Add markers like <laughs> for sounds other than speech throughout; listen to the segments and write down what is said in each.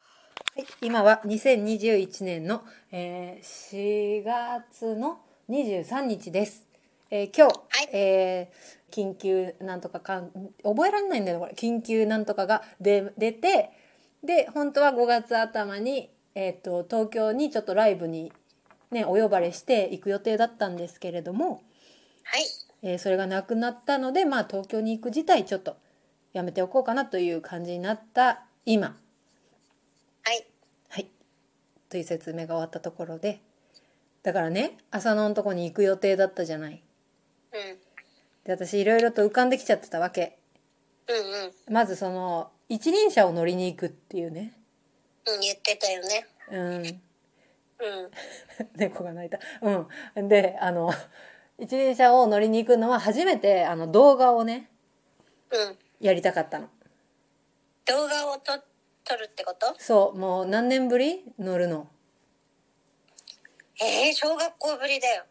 はい、今は2021年の、えー4月の23日です。えー今日、はいえー緊急なんとかかん覚えられないんだよねこれ緊急なんとかがで出てで本当は5月頭に、えー、と東京にちょっとライブに、ね、お呼ばれして行く予定だったんですけれども、はい。えーそれがなくなったので、まあ、東京に行く自体ちょっとやめておこうかなという感じになった今。はい。はい。という説明が終わったところで。だからね、浅野のとこに行く予定だったじゃない。うん。で、私いろいろと浮かんできちゃってたわけ。うんうん。まずその、一輪車を乗りに行くっていうね。うん、言ってたよね。うん。 <laughs> うん。猫が鳴いた。うん。で、あの、一輪車を乗りに行くのは初めて、あの、動画をね、うん。やりたかったの。動画をと撮るってことそう、もう何年ぶり乗るの。ええ小学校ぶりだよ。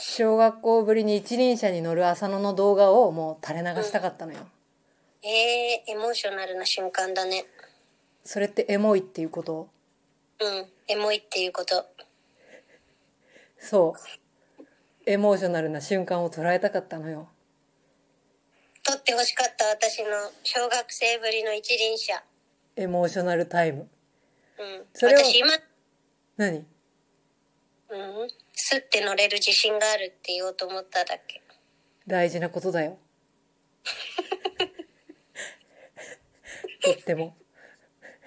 小学校ぶりに一輪車に乗る浅野の動画をもう垂れ流したかったのよ。ええエモーショナルな瞬間だね。それってエモいっていうことうん。エモいっていうこと。そう。エモーショナルな瞬間を捉えたかったのよ。撮って欲しかった私の小学生ぶりの一輪車。エモーショナルタイム。うん。それを私今、何うん。スって乗れる自信があるって言おうと思っただけ。大事なことだよ。とっても。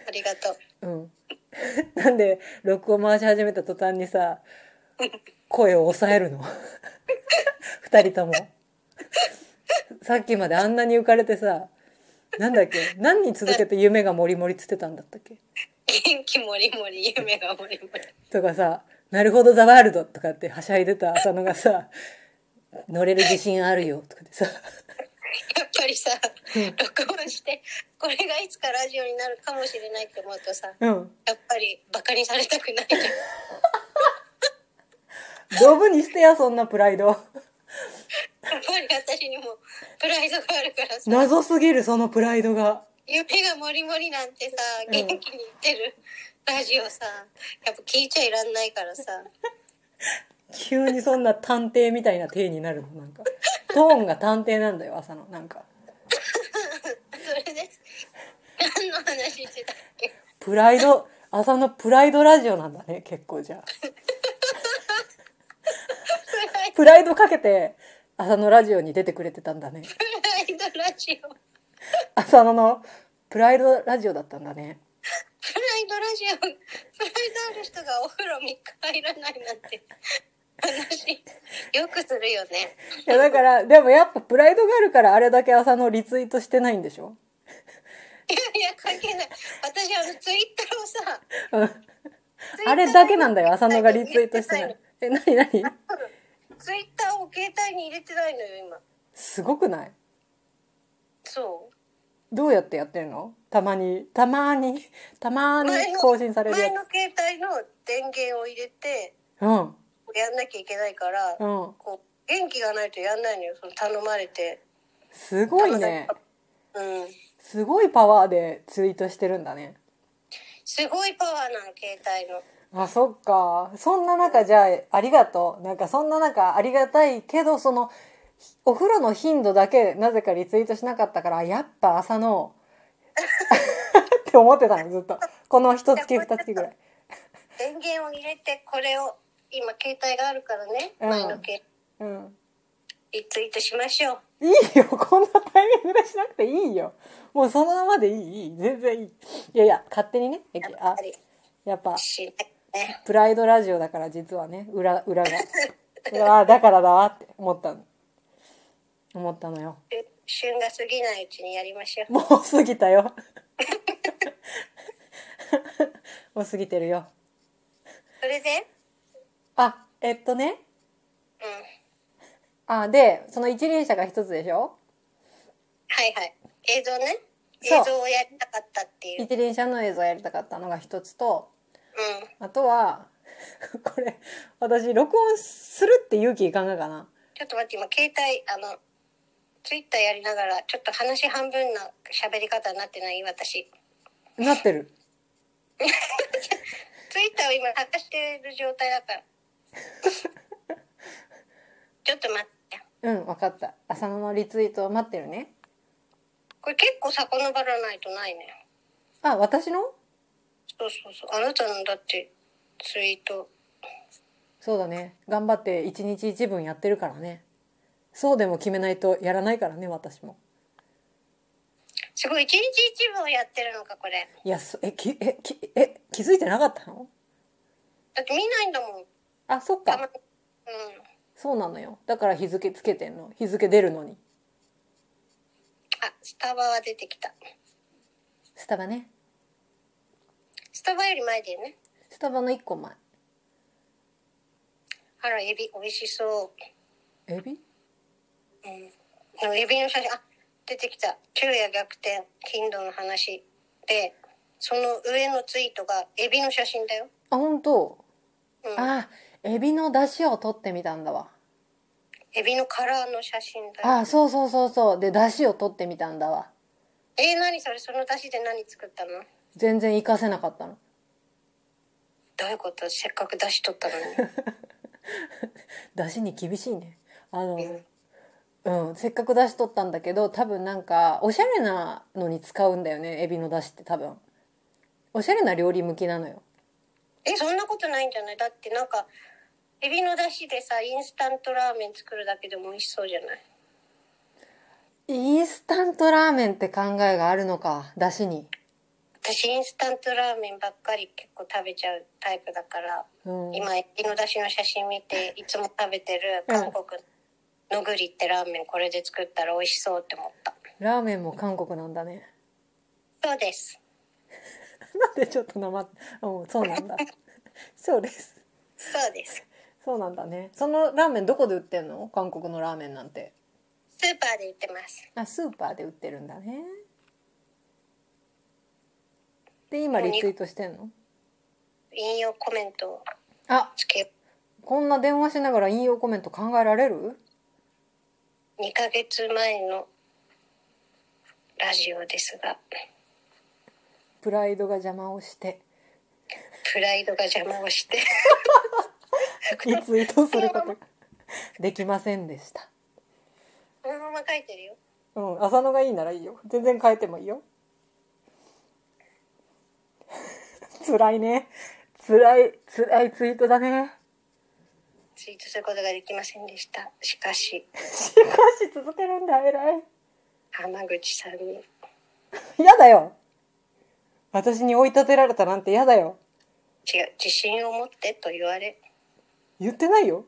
ありがとう。 <laughs> うん。 <laughs> なんで、録音回し始めた途端にさ、声を抑えるの二人とも。さっきまであんなに浮かれてさ、なんだっけ何に続けて夢がもりもりつってたんだったっけ元気もりもり、夢がもりもり。とかさ「なるほどザワールド」とかってはしゃいでた浅野が <laughs> さ「乗れる自信あるよ」とかってさやっぱりさ、録音して、これがいつかラジオになるかもしれないって思うとさ、うんやっぱりバカにされたくない <laughs> じゃん。丈夫にしてやそんなプライドやっぱり私にもプライドがあるからさ、謎すぎるそのプライドが夢がもりもりなんてさ、うん元気に言ってるラジオさ、やっぱ聞いちゃいらんないからさ、急にそんな探偵みたいな体になるのなんかトーンが探偵なんだよ浅野なんかそれで、何の話してたっけプライド浅野プライドラジオなんだね結構じゃあプライプライドかけて浅野ラジオに出てくれてたんだねプライドラジオ。浅野のプライドラジオだったんだねプライドラジオ、プライドある人がお風呂3日入らないなんて話、よくするよね。いやだからでもやっぱプライドがあるからあれだけ浅野リツイートしてないんでしょいやいや、関係ない。私、あの、ツイッターをさ、うんあれだけなんだよ浅野がリツイートしてないえなになにツイッターを携帯に入れてないのよ、今。すごくないそう。どうやってやってるのたまにたまにたまに更新されるや前の携帯の電源を入れて、つうんやんなきゃいけないから、うんこう、元気がないとやんないのよ、その頼まれて。すごいねうん。すごいパワーでツイートしてるんだねすごいパワーなの、携帯の。あそっかそんな中じゃあありがとうなんかそんな中ありがたいけどそのお風呂の頻度だけなぜかリツイートしなかったからあやっぱ朝のって思ってたのずっとこの一月二月ぐらい電源を入れて、これを、今、携帯があるからね、うん前の携うん帯、リツイートしましょう。いいよこんなタイミングでしなくていいよもうそのままでいいいい全然いいいやいや勝手にねやっあぱり、やっぱしないね。プライドラジオだから実はね裏裏 <laughs> がうわあだからだわって思ったの思ったのよ旬が過ぎないうちにやりましょう。もう過ぎたよ。もう過ぎてるよ。それで、あ、えっとね。うん。あ、で、その一輪車が一つでしょはいはい。映像ね。映そう像をやりたかったっていう。一輪車の映像やりたかったのが一つと、うん。あとは、 <laughs> これ、私、録音するって勇気いかんがかな。ちょっと待って、今、携帯、あの、ツイッターやりながら、ちょっと話半分の喋り方になってない私。なってる。ターを今探してる状態 <laughs> だからちょっと待ってうん、わかった。浅野のリツイートを待ってるね。これ結構遡らないとないねあ、私のそうそうそうあなたのだってツイートそうだね。頑張って一日一分やってるからね。そうでも決めないとやらないからね、私も。すごい一日一部をやってるのかこれいや、そえ、き、え、き、え、気づいてなかったのだって見ないんだもんあ、そったまか。にうんそうなのよ。だから日付つけてんの。日付出るのに。あスタバは出てきたスタバね。スタバより前だよねスタバの一個前。あらエビ美味しそエビうエビの写真あ出てきた「昼夜逆転頻度の話」でその上のツイートがエビの写真だよあ、ほんと。うんあ、エビの出汁を取ってみたんだわ。エビのカラーの写真だよあ、そうそうそうそう。で、出汁を取ってみたんだわ。えー、何それその出汁で何作ったの全然活かせなかったの。どういうことせっかく出汁取ったのに出汁に厳しいねあのん、うん、せっかく出汁取ったんだけど多分なんかおしゃれなのに使うんだよねエビの出汁って多分おしゃれな料理向きなのよえそんなことないんじゃないだってなんかエビの出汁でさインスタントラーメン作るだけでも美味しそうじゃないインスタントラーメンって考えがあるのか出汁に私インスタントラーメンばっかり結構食べちゃうタイプだから、うん今エビの出汁の写真見ていつも食べてる韓国のぐりってラーメンこれで作ったら美味しそうって思ったラーメンも韓国なんだね <laughs> そうですなんでちょっとなまうんそうなんだ <laughs> そうですそうですそうなんだねそのラーメンどこで売ってんの韓国のラーメンなんてスーパーで売ってますあスーパーで売ってるんだねで今リツイートしてんの引用コメントをあつけよこんな電話しながら引用コメント考えられるう2ヶ月前のラジオですがプライドが邪魔を <laughs> してプライドが邪魔をしてリツイートすることができませんでしたこのまま書いてるようん浅野がいいならいいよ全然変えてもいいよ <laughs> 辛いね辛い辛いツイートだねツイートすることができませんでしたしかししかし続けるんだ偉い浜口さんに嫌だよ私に追い立てられたなんて嫌だよ違う自信を持ってと言われ言ってないよ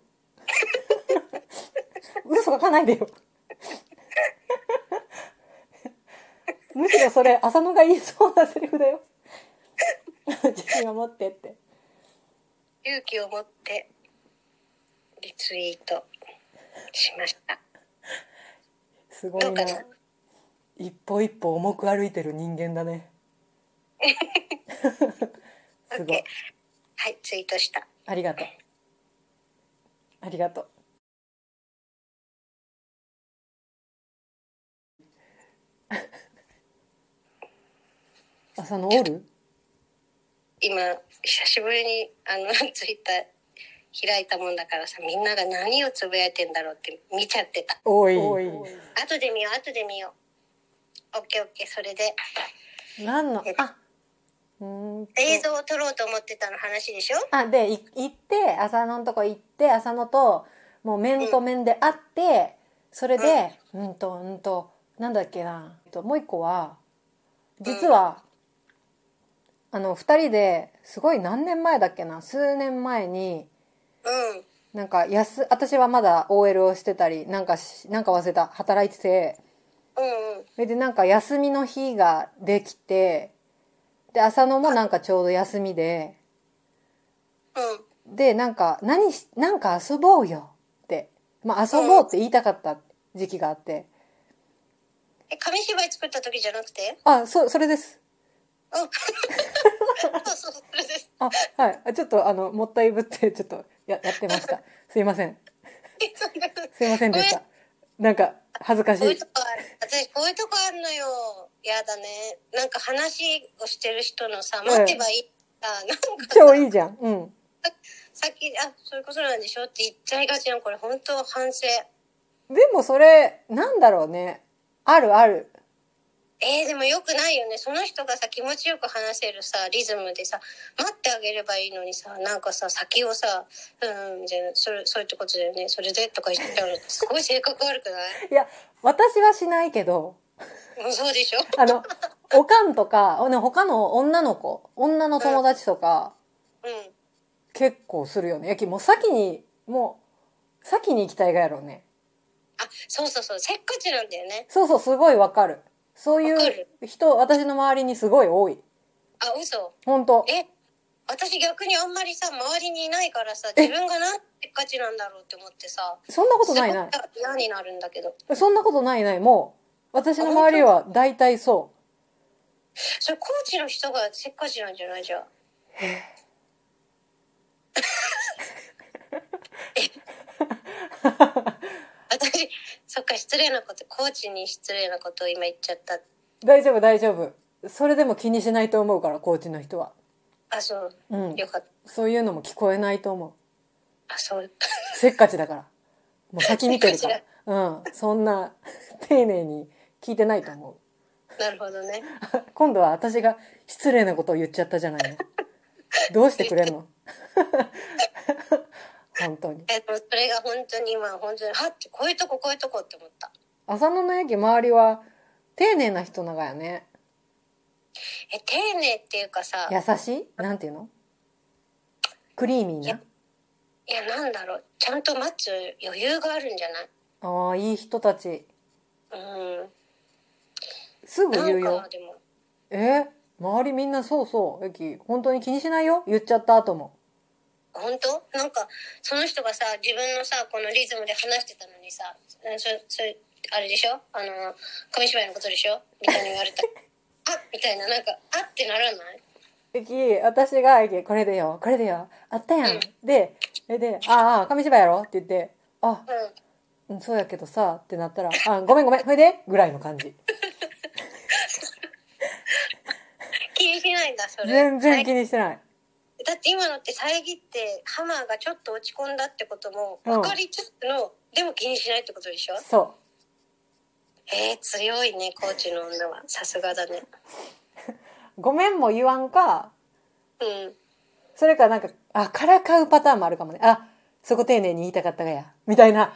<laughs> 嘘書かないでよ <laughs> むしろそれ浅野が言いそうなセリフだよ <laughs> 自信を持ってって勇気を持ってリツイートしましたすごいどうなかな一歩一歩重く歩いてる人間だ <laughs> ねすご OK いはいツイートしたありがとうありが <laughs> とう浅野おる今久しぶりにあの <laughs> ツイッター開いたもんだからさみんなが何をつぶやいてんだろうって見ちゃってたおい後で見よう後で見ようオッケーオッケーそれで何のあうーんと映像を撮ろうと思ってたの話でしょあでい行って浅野のとこ行って浅野ともう面と面で会って、それでうんとうんとなんだっけなえっともう一個は実は、あの2人ですごい何年前だっけな数年前にうんなんか安私はまだ OL をしてたりなんかしなんか忘れた働いててうんうんそれでなんか休みの日ができてで浅野もなんかちょうど休みで。うんでなんか何しなんか遊ぼうよって、まあ、遊ぼうって言いたかった時期があってえ紙芝居作った時じゃなくてあそそれです <laughs> うんそうそうそれですあはいあちょっとあのもったいぶって <laughs> ちょっとややってましたすいませんすいませんでしたなんか恥ずかしこういういとこある私こういうとこあるのよやだねなんか話をしてる人のさん待てばいいあなんか超いいじゃん。うん。さっき「あそういうことなんでしょ」って言っちゃいがちなのこれ本当反省でもそれ、なんだろうね。あるある。えー、でもよくないよねその人がさ気持ちよく話せるさリズムでさ待ってあげればいいのにさなんかさ先をさ「うん」みたいなそれそういうってことだよねそれでとか言っちゃうのすごい性格悪くないいや、私はしないけど、もうそうでしょあの、おかんとか、あの他の女の子、女の友達とか、うん結構するよね。いやき、もう先に、もう、先に行きたいがやろうね。あそうそうそうせっかちなんだよねそうそう、すごいわかる。そういわかうる人、私の周りにすごい多い。あ嘘ほんと。え私逆にあんまりさ周りにいないからさ自分がなんてせっかちなんだろうって思ってさそんなことないなすごく嫌になるんだけどい。そんなことないない。もう、私の周りは大体そそれコーチの人がせっかちなんじゃないじゃん <laughs> 私そっか失礼なことコーチに失礼なことを今言っちゃったう。大丈夫、大丈夫。それでも気にしないと思うから、コーチの人は。あそううん。よかっそういうのも聞こえないと思う。たあそうせっかちだから。もう先見てるかせらっ。うん。そんな、丁寧に聞いてないと思う。なるほどね今度は私が失礼なことを言っちゃったじゃないの。どうしてくれ <laughs> んの本当に。えっとそれが本当に今本当にはってこういうとここういうとこって思った浅野の駅周りは、丁寧な人長やね。え丁寧っていうかさ優しいなんていうのクリーミーないいやなんだろうちゃんと待つ余裕があるんじゃないああいい人たちうんすぐな言うんよかでもえー周りみんなそうそう駅本当に気にしないよ言っちゃった後も本当なんかその人がさ自分のさこのリズムで話してたのにさうんそそれあれでしょあの紙芝居のことでしょみたいに言われた <laughs> あみたいななんかあってならない駅私が駅これでよこれでよあったやんでそれで「ああ紙芝居やろ?」って言って「あうんうんそうやけどさ」ってなったら「あごめんごめんそれで?」ぐらいの感じ気にしないんだそれ全然遮気にしてないだって今のって遮ってハマーがちょっと落ち込んだってことも分かりつつの、でも気にしないってことでしょそえー、強いねコーチの女はさすがだねう「ごめん」も言わんかうんそれかなんか、あ、からかうパターンもあるかもね。あ、そこ丁寧に言いたかったがや。みたいな。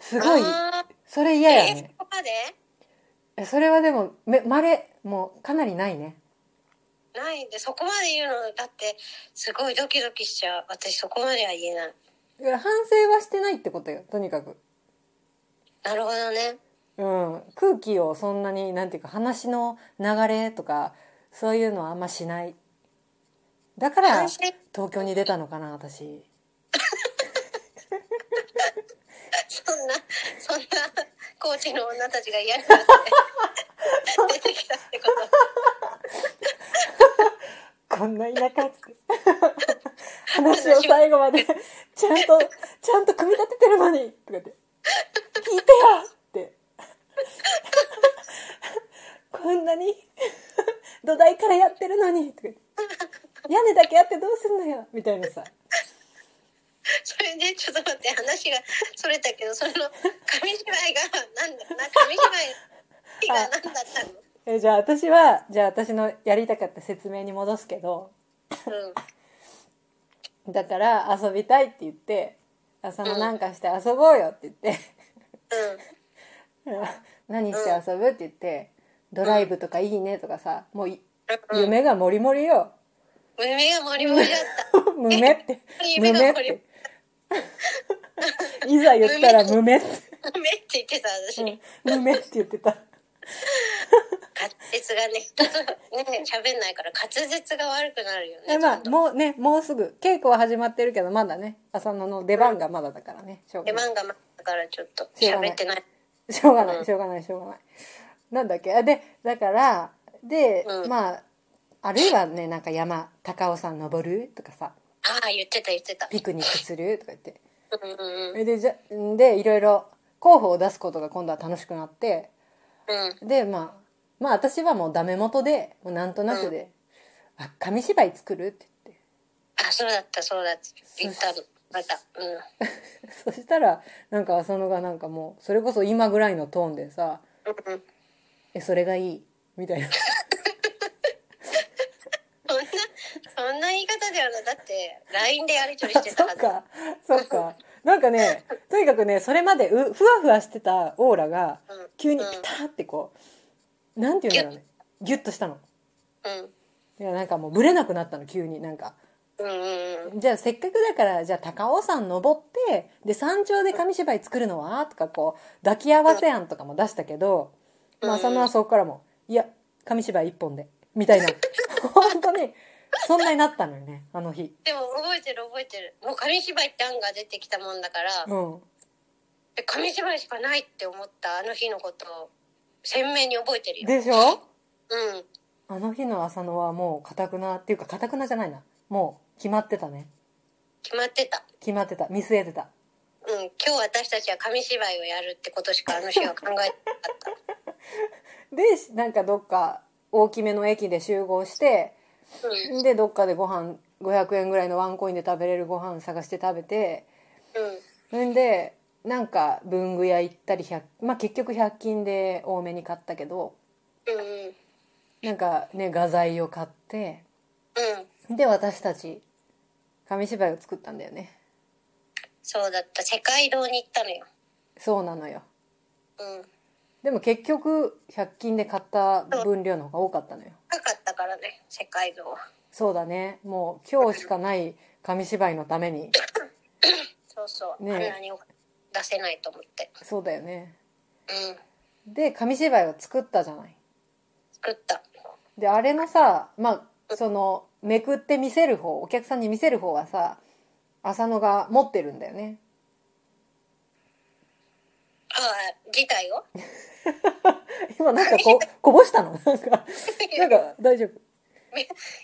すごい、あーそれ嫌やえーねそ。こまでえそれはでも、め、稀、もうかなりないね。ないんでそこまで言うのだってすごいドキドキしちゃう私そこまでは言えないだから反省はしてないってことよ、とにかく。なるほどねうん。空気をそんなに、なんていうか、話の流れとか、そういうのはあんましない。だから、反省東京に出たのかな、私。そんなそんなコーチの女たちが嫌になって出てきたってことこんな田舎っつって。話を最後まで、ちゃんと、ちゃんと組み立ててるのに、とかって。聞いてよって。こんなに、土台からやってるのに、とか言って。屋根だけやってどうすんのよ、みたいなさ。それでちょっと待って話がそれたけどその紙芝居がなんだな紙芝居の日が何だったのえじゃあ私は、じゃあ私のやりたかった説明に戻すけど、うんだから遊びたいって言って、朝のなんかして遊ぼうよって言って。うん <laughs> 何して遊ぶって言って、ドライブとかいいねとかさ、もうい、うん夢がもりもりよ。夢がもりもりだった無 <laughs> めって。無夢めがっもりもて。いざ言ったら無めって。夢って言ってた <laughs> 私、うん無めって言って <laughs> た。滑舌がね <laughs> 人とね喋んないから滑舌が悪くなるよねでまあ、どんどんもうね、もうすぐ。稽古は始まってるけど、まだね、浅野の出番がまだだからね。しょう出がない。番がまだからちょっと喋ってないしょうがなうんい、しょうがない、しょうがない。なんだっけあで、だから、で、うんまあ、あるいはね、なんか山、高尾山登るとかさ、ああ言ってた言ってたピクニックするとか言って。うんうんうんでじゃでいろいろ候補を出すことが今度は楽しくなってうんでまあまあ私はもうダメ元でもうなんとなくで「あ紙芝居作る?」って言あそうだったそうだった言ったのまたうん <laughs> そしたらなんか浅野がなんかもうそれこそ今ぐらいのトーンでさうんうん「えそれがいい」みたいなそんなそんな言い方ではないだって LINE でやり取りあし <laughs> てそたっはずかそっかなんかねとにかくねそれまでうふわふわしてたオーラがうん急にピタってこうなんて言うんだろうねギュッとしたのうんいやなんかもうブレなくなったの急になんかうんうんうんじゃあせっかくだからじゃあ高尾山登ってで山頂で紙芝居作るのはとかこう抱き合わせ案とかも出したけど、まあ、うん浅野はそこからも「いや紙芝居一本で」みたいな <laughs> 本当にそんなになったのよねあの日。でも覚えてる覚えてるもう紙芝居って案が出てきたもんだから、うん、で紙芝居しかないって思ったあの日のことを鮮明に覚えてるよでしょうんあの日の浅野はもうかたくなっていうかかたくなじゃないなもう決まってたね決まってた決まってた見据えてたうん今日私たちは紙芝居をやるってことしかあの日は考えてなかったでしなんかどっか大きめの駅で集合してうんでどっかでご飯500円ぐらいのワンコインで食べれるご飯探して食べてうんそれでなんか文具屋行ったり100、まあ、結局100均で多めに買ったけどうんうんなんかね画材を買ってうんで私たち紙芝居を作ったんだよねそうだった世界堂に行ったのよそうなのようんでも結局100均で買った分量の方が多かったのよ高かったからね世界堂はそうだねもう今日しかない紙芝居のためにそうそう、ねえあんなに出せないと思ってそうだよねうんで紙芝居を作ったじゃない作ったであれのさまあそのめくって見せる方お客さんに見せる方はさ浅野が持ってるんだよねああ自体を <laughs> 今なんかここぼ <laughs> したのなんか <laughs> なんか大丈夫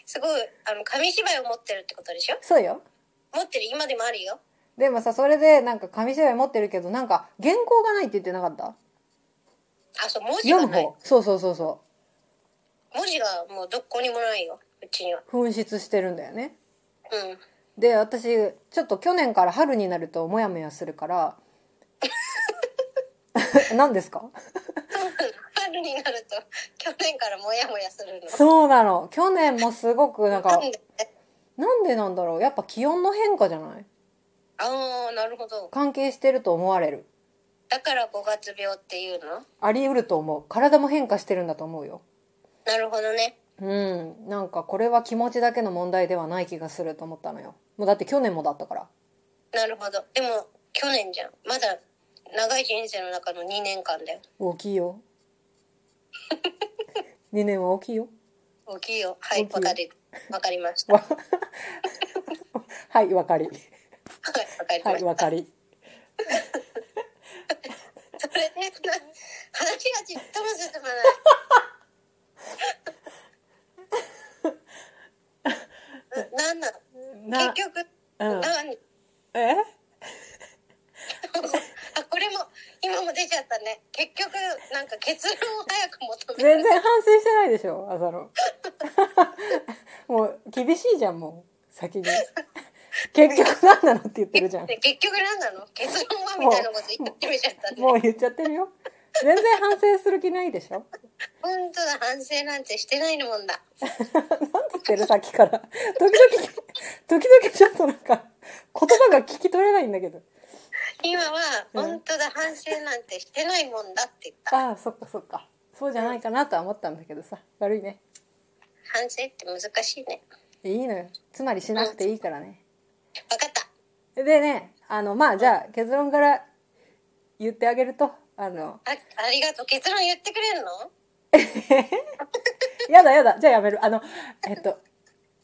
すごいあの紙芝居を持ってるってことでしょそうよ持ってる今でもあるよでもさそれでなんか紙芝居持ってるけどなんか原稿がないって言ってなかったあそう文字読がむない方そうそうそうそ文字がもうどこにもないようちにはう紛失してるんだよねうん <laughs> で私ちょっと去年から春になるとモヤモヤするから <laughs> 何ですか春になると去年からモヤモヤするのそうなの去年もすごくなんかなんでなんでなんだろうやっぱ気温の変化じゃないああなるほど関係してると思われるだから五月病っていうのあり得ると思う体も変化してるんだと思うよなるほどねうんなんかこれは気持ちだけの問題ではない気がすると思ったのよもうだって去年もだったからなるほどでも去年じゃんまだ長い人生の中の2年間だよ大きいよ <laughs> 2年は大きいよ大きいよは大きいいよわかりわかりましたわ <laughs> はいわかりはいわかりまはいした、わかりそれでな話がちっとも進まないな <laughs> なんなのな結局、うん何えあこれも今も出ちゃったね結局なんか結論を早く求め全る然反省してないでしょ朝野もう厳しいじゃんもう先に結局何なのって言ってるじゃんで結局何なの結論はみもうたいなこと言ってみちゃったねもう言っちゃってるよ全然反省する気ないでしょ本当だ反省なんてしてないもんだなんつってるさっきから時々時々ちょっとなんか言葉が聞き取れないんだけど今はうん本当だ反省なんてしてないもんだって言ったああそっかそっかそうじゃないかなとは思ったんだけどさ悪いね反省って難しいねいいのよつまりしなくていいからねわかったでねあのまあじゃあ結論から言ってあげるとあのあありがとう結論言ってくれるの <laughs> やだやだじゃあやめるあのえっと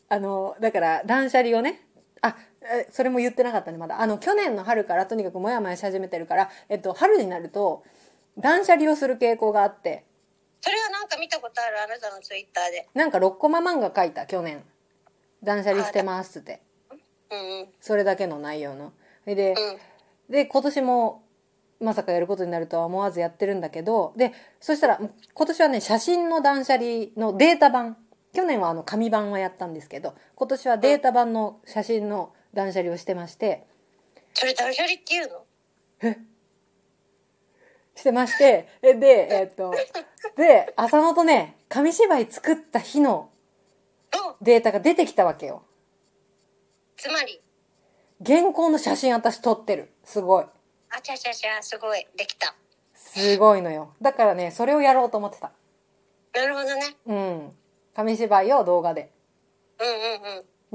あのだから断捨離をねあえそれも言ってなかったねまだあの去年の春からとにかくモヤモヤし始めてるから、えっと、春になると断捨離をする傾向があってそれはなんか見たことあるあなたのツイッターでなんか6コマ漫画書いた去年断捨離してますってうんうんそれだけの内容のそれでうんで今年もまさかやることになるとは思わずやってるんだけどでそしたら今年はね写真の断捨離のデータ版去年はあの紙版はやったんですけど今年はデータ版の写真の断捨離をしてましてそれ断捨離っていうのしてましてえでえっとで浅野とね紙芝居作った日のうんデータが出てきたわけよつまり原稿の写真私撮ってるすごいあちゃちゃちゃすごいできたすごいのよだからねそれをやろうと思ってたなるほどねうん紙芝居を動画でうんう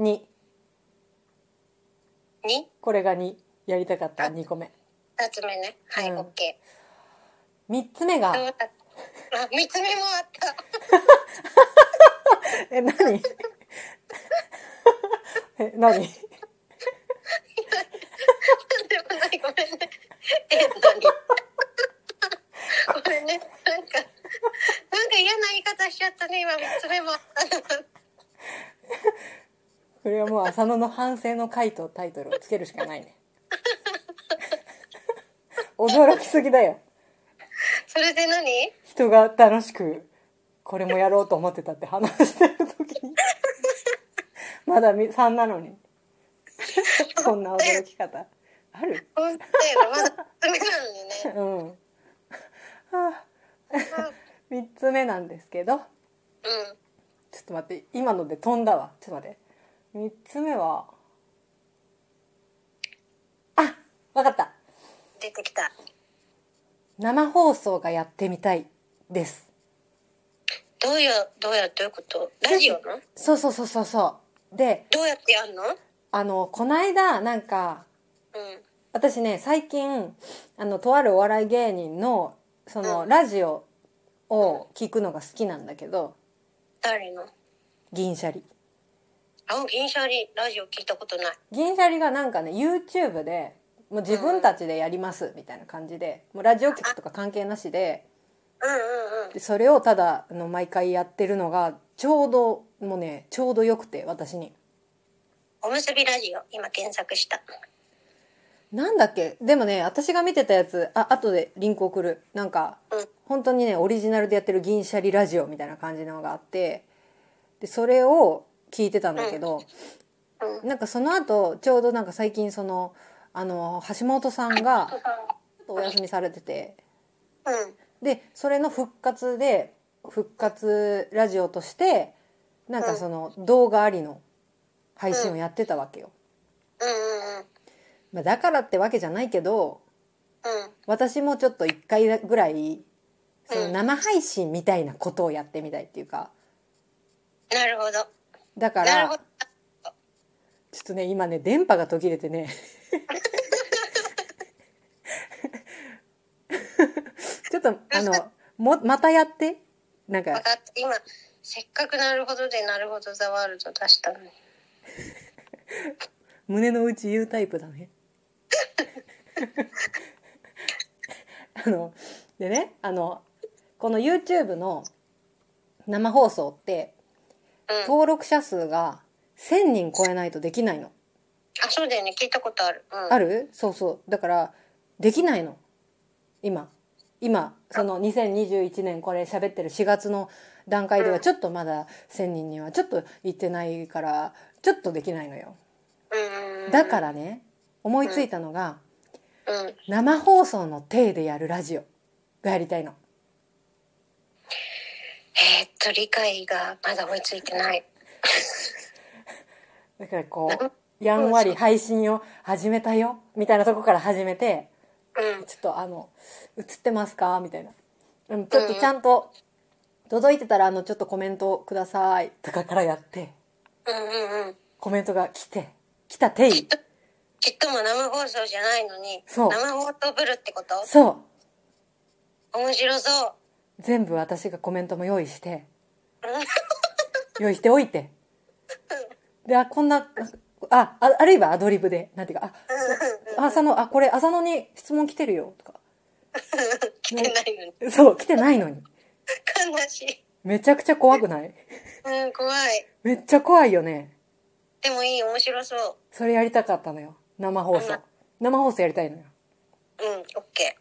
んうん2 2これが2やりたかった2個目つ目ねはい、うんオッケ3つ目ーがどうだったあ3つ目もあったえ、なに <laughs> え、なになんでもないごめんねえ何ごめんねなんかなんか嫌な言い方しちゃったね今3つ目もあったこれはもう浅野の反省の回とタイトルをつけるしかないね。驚きすぎだよ。それで何人が楽しく、これもやろうと思ってたって話してる時に。まだ3なのに。そんな驚き方。ある本当だよまだ3つ目なのにねうん。はあ3つ目なんですけど。うんちょっと待って、今ので飛んだわ。ちょっと待って。三つ目は、あ、わかった。出てきた生放送がやってみたいです。どうやどうやどういうことラジオのそうそうそうそうそう。で、どうやってやんのうんあの、こないだ、なんか、私ね、最近、あの、とあるお笑い芸人の、その、うんラジオを聞くのが好きなんだけど、誰の銀シャリ。青銀シャリラジオ聞いたことない銀シャリがなんかね YouTube でもう自分たちでやりますみたいな感じでもうラジオ局とか関係なしでうんうんうんでそれをただあの毎回やってるのがちょうどもうねちょうどよくて私におむすびラジオ今検索したなんだっけでもね私が見てたやつあ後でリンク送るなんかうん本当にねオリジナルでやってる銀シャリラジオみたいな感じのがあってでそれを聞いてたんだけど、うんなんかその後ちょうどなんか最近そのあの橋本さんがちょっとお休みされててうんでそれの復活で復活ラジオとしてなんかその動画ありの配信をやってたわけよ、うんうんうんまあ、だからってわけじゃないけどうん私もちょっと1回ぐらいそのうん生配信みたいなことをやってみたいっていうかなるほど。だかなるらほど。ちょっとね今ね電波が途切れてね <laughs> <laughs> ちょっとあのもまたやってなんか分かった。今、せっかくなるほどで、なるほどザワールド出したのに。胸の内言うタイプだねあのでねあのこの YouTube の生放送ってうん。登録者数が1,000人超えないとできないのあ、そうだよね。聞いたことある。うん。あるそうそうだからできないの今今その2021年これ喋ってる4月の段階ではちょっとまだ1,000人にはちょっと行ってないからちょっとできないのようん。うん。だか。らね思いついたのが、うん。生放送の体でやるラジオがやりたいのえーっと、理解がまだ追いついてない。だからこうやんわり配信を始めたよみたいなとこから始めてうん。ちょっとあの映ってますかみたいな、うん、ちょっとちゃんと届いてたらあのちょっとコメントくださいとかからやってうんうんうん。コメントが来て来た定位ちっとも生放送じゃないのに、そう生放送ぶるってことそう面白そう。全部私がコメントも用意 <laughs> してうん用意しておいてであこんなあああるいはアドリブでなんていうかあ浅野あこれ浅野に質問来てるよとか <laughs> <laughs> 来てないのに。そう、来てないのに。悲しい。めちゃくちゃ怖くないうん、怖い。めっちゃ怖いよね。でもいい、面白そそれやりたかったのよ。生放送。生放送やりたいのよ。う。うん、オッケ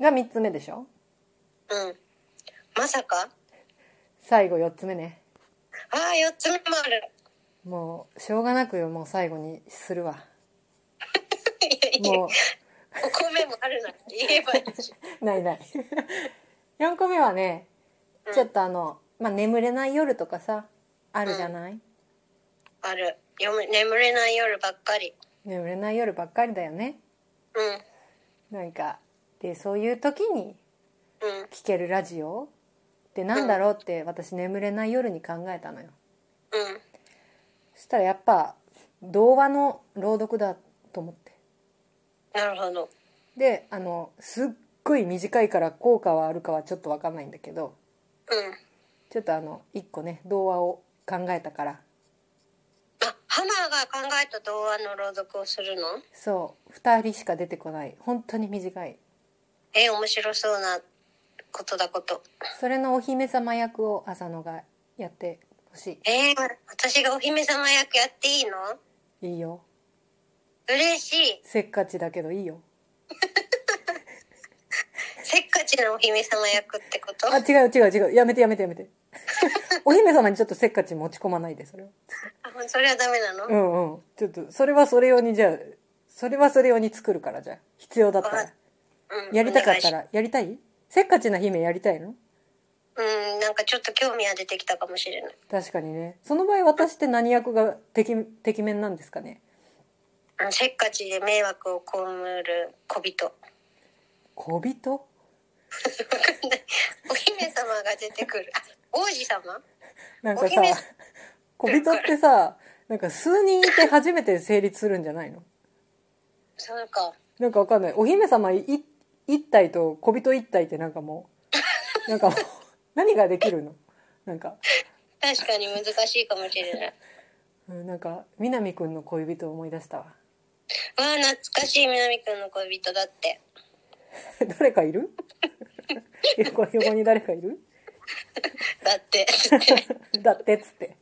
が3つ目でしょー。うん。まさか最後4つ目ね。ああ、四つ目もある。 <laughs> もうしょうがなくよもう最後にするわいやいやもお米もあるなら言えばいいし。うない <laughs> ない4個目はねうんちょっとあの、まあ、眠れない夜とかさあるじゃない、 <laughs> ある。読め眠れない夜ばっかり。眠れない夜ばっかりだよねうん。なんかでそういう時にうん。聴けるラジオってなんだろうって私眠れない夜に考えたのようん。そしたらやっぱ童話の朗読だと思ってなるほど。であのすっごい短いから効果はあるかはちょっと分かんないんだけどうん。ちょっとあの一個ね童話を考えたからあ、ハマーが考えた童話の朗読をするのそう2人しか出てこない本当に短いえ、面白そうなことだこと。それのお姫様役を浅野がやってほしえー、私がお姫様役やっていいのいいいよ嬉しい。せっかちだけどいいよせっかちなお姫様役ってことあ違う違う違うやめてやめてやめて <laughs> お姫様にちょっとせっかち持ち込まないでそれはあそれはダメなの、うわんうんちょっとそれはそれ用にじゃあそれはそれ用に作るからじゃあ必要だったらうんやりたかったお願いしらやりたいせっかちな姫やりたいのうん、なんかちょっと興味は出てきたかもしれない。確かにねその場合私って何役がてきてきめんなんですかねあのせっかちで迷惑を被る小人。小人お姫様が出てくる。あ王子様なんかおさ姫 <laughs> 小人ってさなんか数人いて初めて成立するんじゃないのそうか。なんかわかんないお姫様い一体と小人一体ってなんかもうなんかもう何ができるのなんか確かに難しいかもしれない。うんなんか南くんの恋人を思い出したわわあ、懐かしい南くんの恋人だって。 <laughs> 誰かいる横横に誰かいる <laughs> だって。だってっつって